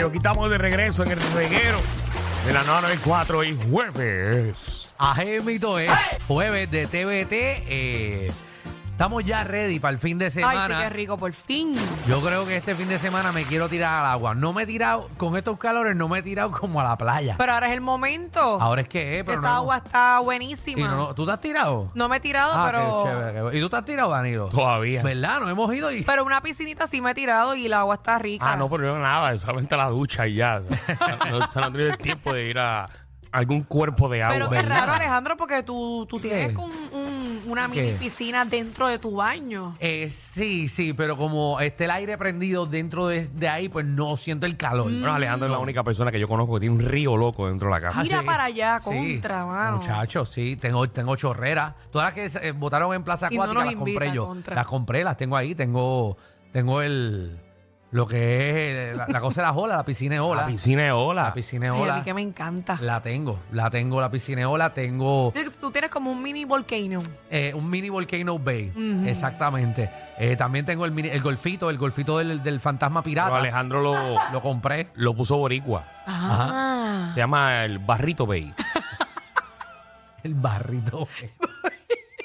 Lo quitamos de regreso en el reguero de la 994 y jueves. Ajemito es E, jueves de TBT. eh, estamos ya ready para el fin de Ay, sí, semana. qué rico, por fin. Yo creo que este fin de semana me quiero tirar al agua. No me he tirado, con estos calores, no me he tirado como a la playa. Pero ahora es el momento. Ahora es que es, pero Esa no- agua está y buenísima. no, no- ¿Tú te has tirado? No me he tirado, Ah, pero. qué chévere, qué bueno. ¿Y tú te has tirado, Danilo? Todavía. ¿Verdad? Nos hemos ido y... Pero una piscinita sí me he tirado y el agua está rica. Ah, pues, no, pero yo nada, solamente la ducha y ya. No, no, se no ha tenido el tiempo de ir a algún cuerpo de agua. Pero qué ¿verdad? raro, Alejandro, porque tú, tú tienes ¿Qué? un- un- una mini ¿Qué? piscina dentro de tu baño. Eh, sí, sí, pero como está el aire prendido dentro de, de ahí, pues no siento el calor. Mm. Bueno, Alejandro es la única persona que yo conozco que tiene un río loco dentro de la casa. Mm. Ah, Mira sí. para allá, Sí. contra, mano. Muchachos, sí, tengo, tengo chorreras. Todas las que eh, votaron en Plaza Y no Acuática nos las compré invita, yo. contra. Las compré, las tengo ahí. Tengo, tengo el. Lo que es. eh, La, la cosa de las olas, la piscina de olas. La piscina de La ola. piscina de Ay, a mí olas. que me encanta. La tengo, la tengo, la piscina de olas. Tengo Sí, tú tienes como un mini volcano. eh, un mini Volcano Bay. Exactamente. Eh, también tengo el, mini- el golfito, el golfito del, del fantasma Pero pirata. Alejandro lo, Lo compré. lo puso boricua. Ah. Se llama el Barrito Bay. El barrito. Bay.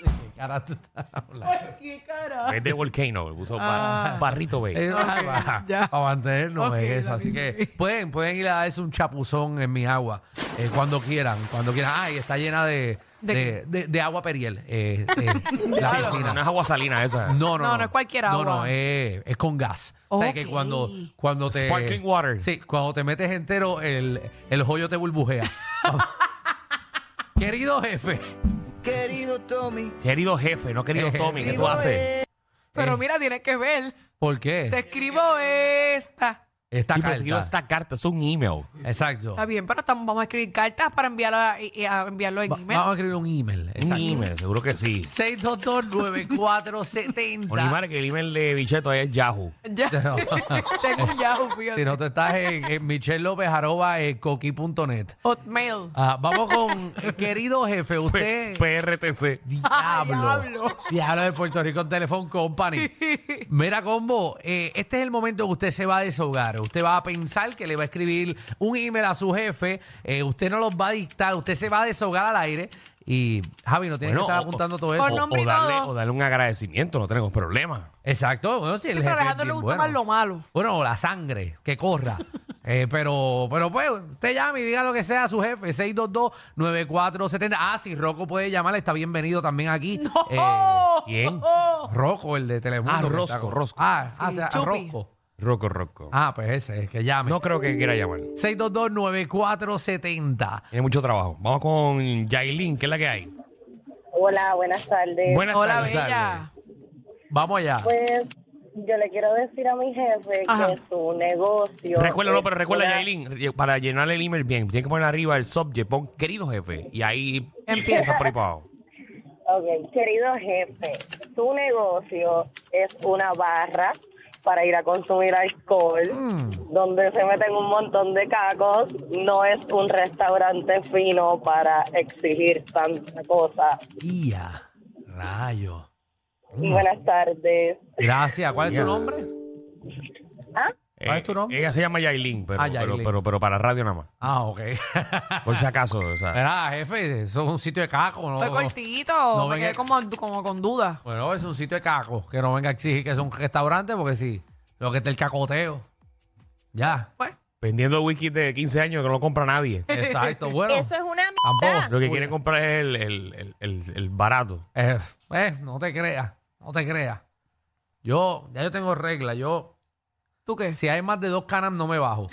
¿Qué cara tú estás hablando? Ay, qué cara. Es de Volcano, lo puso Ah. Bar- Barrito Bay. Es para, ya. para mantenernos Ok, en eso. la Así misma. que pueden, pueden ir a darse un chapuzón en mi agua eh, cuando quieran. Cuando quieran. Ay, está llena de, ¿De de, de- de agua periel eh, eh, la No piscina. es agua salina esa. No, no, No, no es cualquier No, no, agua. eh, es con gas. O sea, que Ok. cuando, cuando te. Sparkling water. Sí, cuando te metes entero, el, el joyo te burbujea. Querido jefe, Querido Tommy, Querido jefe, no Eh, querido Tommy, ¿qué tú haces? Pero mira, tienes que ver. ¿por Te qué? escribo esta. Esta Y carta. prefiero esta carta, es un email. Exacto. Está bien, pero estamos, vamos a escribir cartas para enviarla, y- y a enviarlo en Va- email. vamos a escribir un email. Un Exacto. email, seguro que sí. 6229470. Olimar, que el email de Bicheto ahí es Yahoo. Ya. Tengo un Yahoo, Si fíjate. no, tú estás en, en michellelopez.coqui.net. Hotmail. Ah, vamos con, eh, querido jefe, P- usted... pues, PRTC. Diablo. diablo. Diablo de Puerto Rico Telephone Company. Mira, combo, eh, este es el momento que usted se va a desahogar. Usted va a pensar que le va a escribir un email a su jefe. eh, usted no los va a dictar. Usted se va a desahogar al aire. Y Javi, no tiene Bueno, que estar o- apuntando todo o eso. no- nombre o, y darle, todo. o darle un agradecimiento, no tenemos problema. Exacto. Bueno, sí, el Sí, jefe pero es a Alejandro le bien gusta bueno. más lo malo. Bueno, la sangre, que corra. Eh, pero, pero pues, usted llame y diga lo que sea a su jefe, 622-9470. Ah, si Rocco puede llamar, está bienvenido también aquí. Eh, ¡No! ¿quién? Rocco, el de Telemundo. Ah, que está Rosco, con- Rosco. Ah, ah, Sí, sea, Chupi. Rocco. Roco, roco. Ah, pues ese, que llame. No creo que quiera llamar. 622-9470. Tiene mucho trabajo. Vamos con Yailin, que es la que hay. Hola, buenas tardes. Buenas Hola, tardes. bella. Vamos allá. Pues yo le quiero decir a mi jefe Ajá. que su negocio. Recuerda, no, es pero recuerda, una- Yailin, eh, para llenar el email bien, tiene que poner arriba el subject, pon querido jefe. Y ahí Empieza. empieza por ahí para abajo. Ok, querido jefe, su negocio es una barra para ir a consumir alcohol, Mm. donde se meten un montón de cacos. No es un restaurante fino para exigir tanta cosa. Ia, rayo. Y Mm. buenas tardes. Gracias. ¿Cuál es tu nombre? ¿Ah? ¿Cuál es tu nombre? Eh, Ella se llama Yailin, pero, Ah, pero- Yailin. Pero, pero para radio nada más. Ah, ok. Por si acaso, o sea. Mira, jefe, eso es un sitio de caco. ¿no? Fue cortito. no me venga- quedé como, como con duda. Bueno, es un sitio de caco. Que no venga a exigir que es un restaurante, porque sí, lo que está el cacoteo. Ya. Pues, Vendiendo whisky de 15 años que no lo compra nadie. Exacto. Bueno. Eso es una Tampoco. Lo que quiere comprar es el, el- el- el- el barato. Eh, eh, no te creas. No te creas. Yo, ya yo tengo regla. Yo, ¿tú qué? si hay más de dos canas, no me bajo.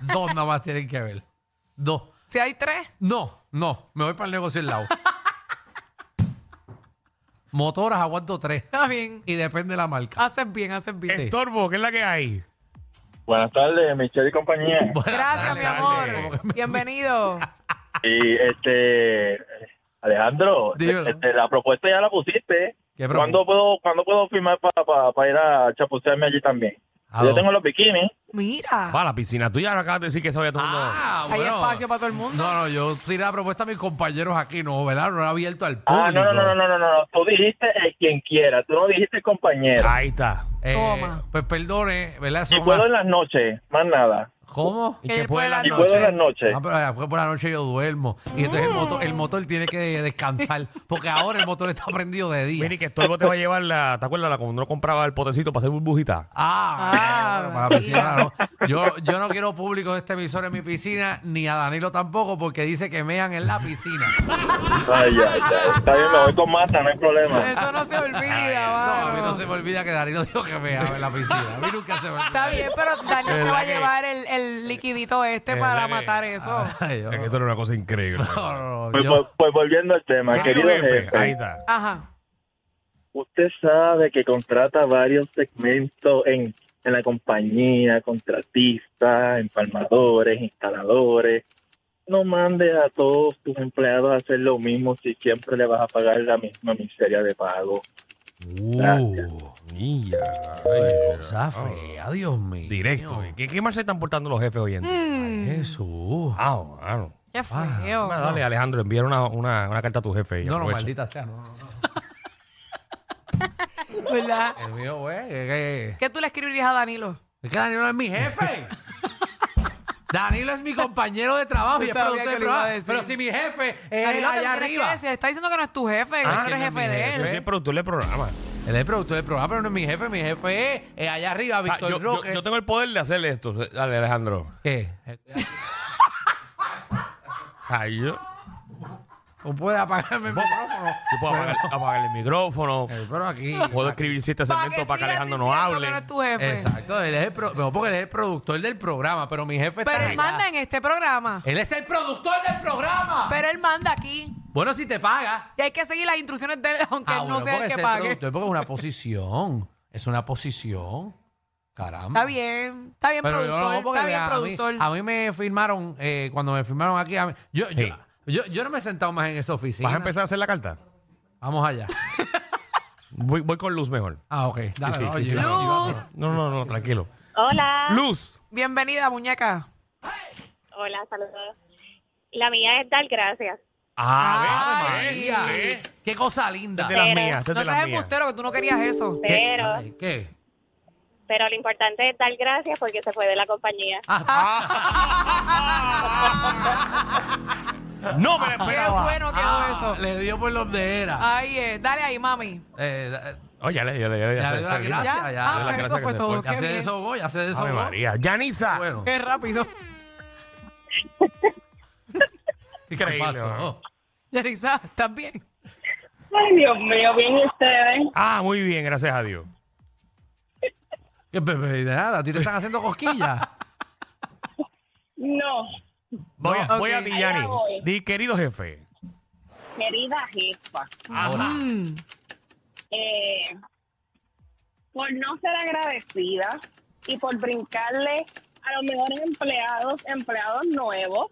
dos nada más tienen que ver. Dos. Si hay tres, No, no. Me voy para el negocio al lado. Motoras aguanto tres. está bien. Y depende de la marca. Haces bien, haces bien. Estorbo, ¿qué es la que hay? Buenas tardes, Michelle y compañía. Gracias, mi dale. amor. Bienvenido. Y este, Alejandro, Dímelo. este, la propuesta ya la pusiste. ¿Qué propuesta? ¿Cuándo puedo, ¿Cuándo puedo firmar para ir a chapucearme allí también? ¿A Yo dónde? tengo los bikinis. Mira. Va, la piscina. Tú ya no acabas de decir que eso había todo el mundo. Ah, Hay bueno. espacio para todo el mundo. No, no, yo tiré la propuesta a mis compañeros aquí, no, ¿verdad? No era abierto al público. Ah, no, no, no, no, no, no, no, no. Tú dijiste el quien quiera, tú no dijiste compañero. Ahí está. Eh, Toma. Pues perdone, ¿verdad? Y Son las- puedo en las noches, más nada. ¿Cómo? Y que después de la Y puedo en las noches. Ah, pero después por la noche yo duermo. Y entonces el, motor, el motor tiene que descansar. Porque ahora el motor está prendido de día. Mini, que estorbo te va a llevar la. ¿Te acuerdas la cuando uno compraba el potecito para hacer burbujita? Ah, Ah, bueno, para la piscina no. Yo, yo no quiero público de este emisor en mi piscina, ni a Danilo tampoco, porque dice que mean en la piscina. Ay, ay, ay. Está bien, me voy con Mata, no hay problema. Eso no se olvida, No, a mí mano. no se me olvida que Danilo dijo que meaba en la piscina. A mí nunca se me olvida. Está bien, pero Daniel te ¿Verdad va a que- llevar el, el liquidito este ¿Verdad para que- matar eso. Ah, Ay, oh, yo- Es que eso era una cosa increíble. no, no, no, Pues, yo- pues, pues- pues volviendo al tema, querido jefe, Ahí está. Ajá. usted sabe que contrata varios segmentos en, en la compañía, contratistas, empalmadores, instaladores. No mandes a todos tus empleados a hacer lo mismo si siempre le vas a pagar la misma miseria de pago. Uh, Mira, qué ay, cosa oh. fea, Dios Mm. mío. Directo. ¿Qué, qué mal se están portando los jefes hoy en día? Jesús. Ah, claro. Qué feo. Ah, dale, Alejandro, enviar una, una, una carta a tu jefe. y No, no, aprovecha. maldita sea. No, no, no. ¿Verdad? El mío, güey. Es que, ¿Qué tú le escribirías a Danilo? es que Danilo es mi jefe. Danilo es mi compañero de trabajo. Yo y es sabía productor que del lo iba a programa. decir. Pero si mi jefe es Danilo, te Eh, allá tienes que arriba. decir. Está diciendo que no es tu jefe, que Ah, que no eres no es mi jefe de jefe. Yo soy él. el productor del programa. Él es productor del programa, pero no es mi jefe. Mi jefe es eh, allá arriba, Ah, Víctor yo, yo- Roque. yo tengo el poder de hacer esto. Dale, Alejandro. ¿Qué? Ay, yo, Tú puedes apagarme el micrófono. yo puedo apagar, apagar el micrófono. Eh, pero aquí. Puedo escribir siete segmentos para que sigas Alejandro no diciendo hable. que no es tu jefe. Exacto, él es el pro- no, porque él es el productor del programa, pero mi jefe está Eh, Pero él allá. manda en este programa. Él es el productor del programa. Pero él manda aquí. bueno, si te paga. Y hay que seguir las instrucciones de él, aunque Ah, él no bueno, sea porque el que ser pague. productor, porque es una posición. Es una posición. Caramba. Está bien, está bien, Pero yo productor. no, porque está bien, vea, a mí- productor. A mí, me firmaron, eh, cuando me firmaron aquí, a mí- yo, yo, Sí. yo, yo no me he sentado más en esa oficina. ¿Vas a empezar a hacer la carta? Vamos allá. Voy, voy con luz mejor. Ah, ok. Dale, Sí, sí, oye, sí, sí. oye, vamos. Luz, No, no, no, tranquilo. Hola. Ah. Luz. bienvenida, muñeca. Hola, saludos. La mía es dar gracias. Ah, Ay. ve, María, ve. Qué cosa linda. Esta es de las Pero, mías, esta es No de las seas mías. embustero, que tú no querías eso. Pero, Ay, ¿Qué? pero lo importante es dar gracias porque se fue de la compañía. No me la Qué esperaba. bueno quedó Ah, eso. Ah. Le dio por donde era. Ahí es, dale ahí, mami. Eh, Oye, Oh, ya le, ya le, ya le, Ya ya le se- dio las se- gracias. Ya, ya, ah, la pues clase eso que fue se todo. fue. ya Qué se bien. desahogó, ya se Ave desahogó. María. Yanisa. Bueno, Qué rápido. ¿qué pasó? Yarisa, ¿estás bien? Ay, Dios mío, bien y ustedes. Ah, muy bien, gracias a Dios. ¿Qué bebé? Nada, a ti te están haciendo cosquillas. No, Voy, a- No. voy a Ok. ti, Ahí la Yanni. voy. Di, querido jefe. querida jefa, Ajá. Mm, eh, por no ser agradecida y por brincarle a los mejores empleados, empleados nuevos,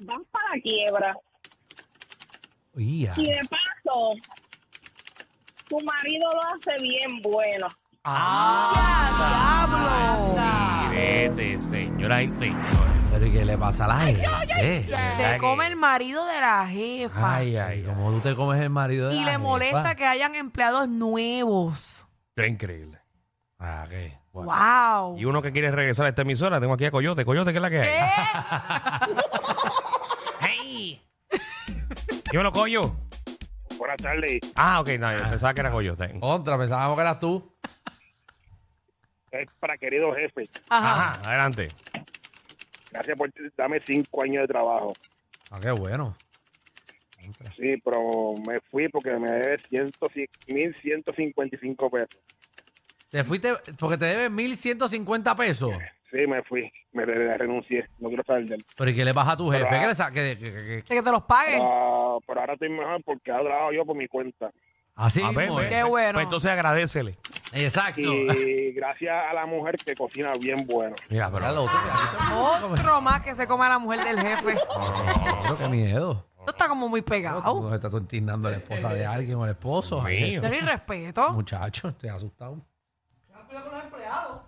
vas para la quiebra. Ia. Y de paso, tu marido lo hace bien bueno. Ah. Vete, señora y señor. Pero ¿y qué le pasa a la gente? Se come el marido de la jefa. Ay, ay, como tú te comes el marido de y la le jefa. molesta que hayan empleados nuevos. Está increíble. Ah, qué. Bueno. Wow. Y uno que quiere regresar a esta emisora, tengo aquí a Coyote. Coyote, ¿qué es la que hay? Dímelo, Coyo. Buenas tardes. Ah, ok, no, yo pensaba que era Coyote. Ah. Contra, pensábamos que eras tú. es para querido jefe. Ajá. Ajá, adelante. Gracias por darme cinco años de trabajo. Ah, qué bueno. Sí, pero me fui porque me debe 1.155 pesos. Te fuiste porque te debes 1.150 pesos. Sí, me fui. Me re- renuncié. No quiero saber de él. Pero ¿y qué le pasa a tu jefe? Pero, ¿Qué le sa- que- que- que- que- Que te los paguen. Ah, pero ahora estoy mejor porque ahora trabajo yo por mi cuenta. Así A ver, mismo ¿eh? ve, es. Qué ve. bueno. Pues entonces agradecele. Ah, pues, Exacto. Y gracias a la mujer que cocina bien bueno. Mira, Mira pero. lo otro, mira, tú te- Otro más que se come a la mujer del jefe. Esto Pero qué miedo. está como muy pegado. Está tú entindando a la esposa de alguien o el esposo. Dios Ay, mío. Yo eso, le respeto. Muchacho, estoy asustado.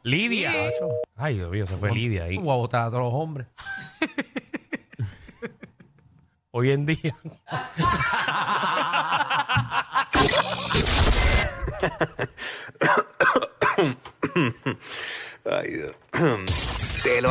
Lidia. Muchacho. Ay, Dios mío, se fue Lidia ahí. Voy a botar a todos los hombres. Hoy en día. Ay, Dios. Te lo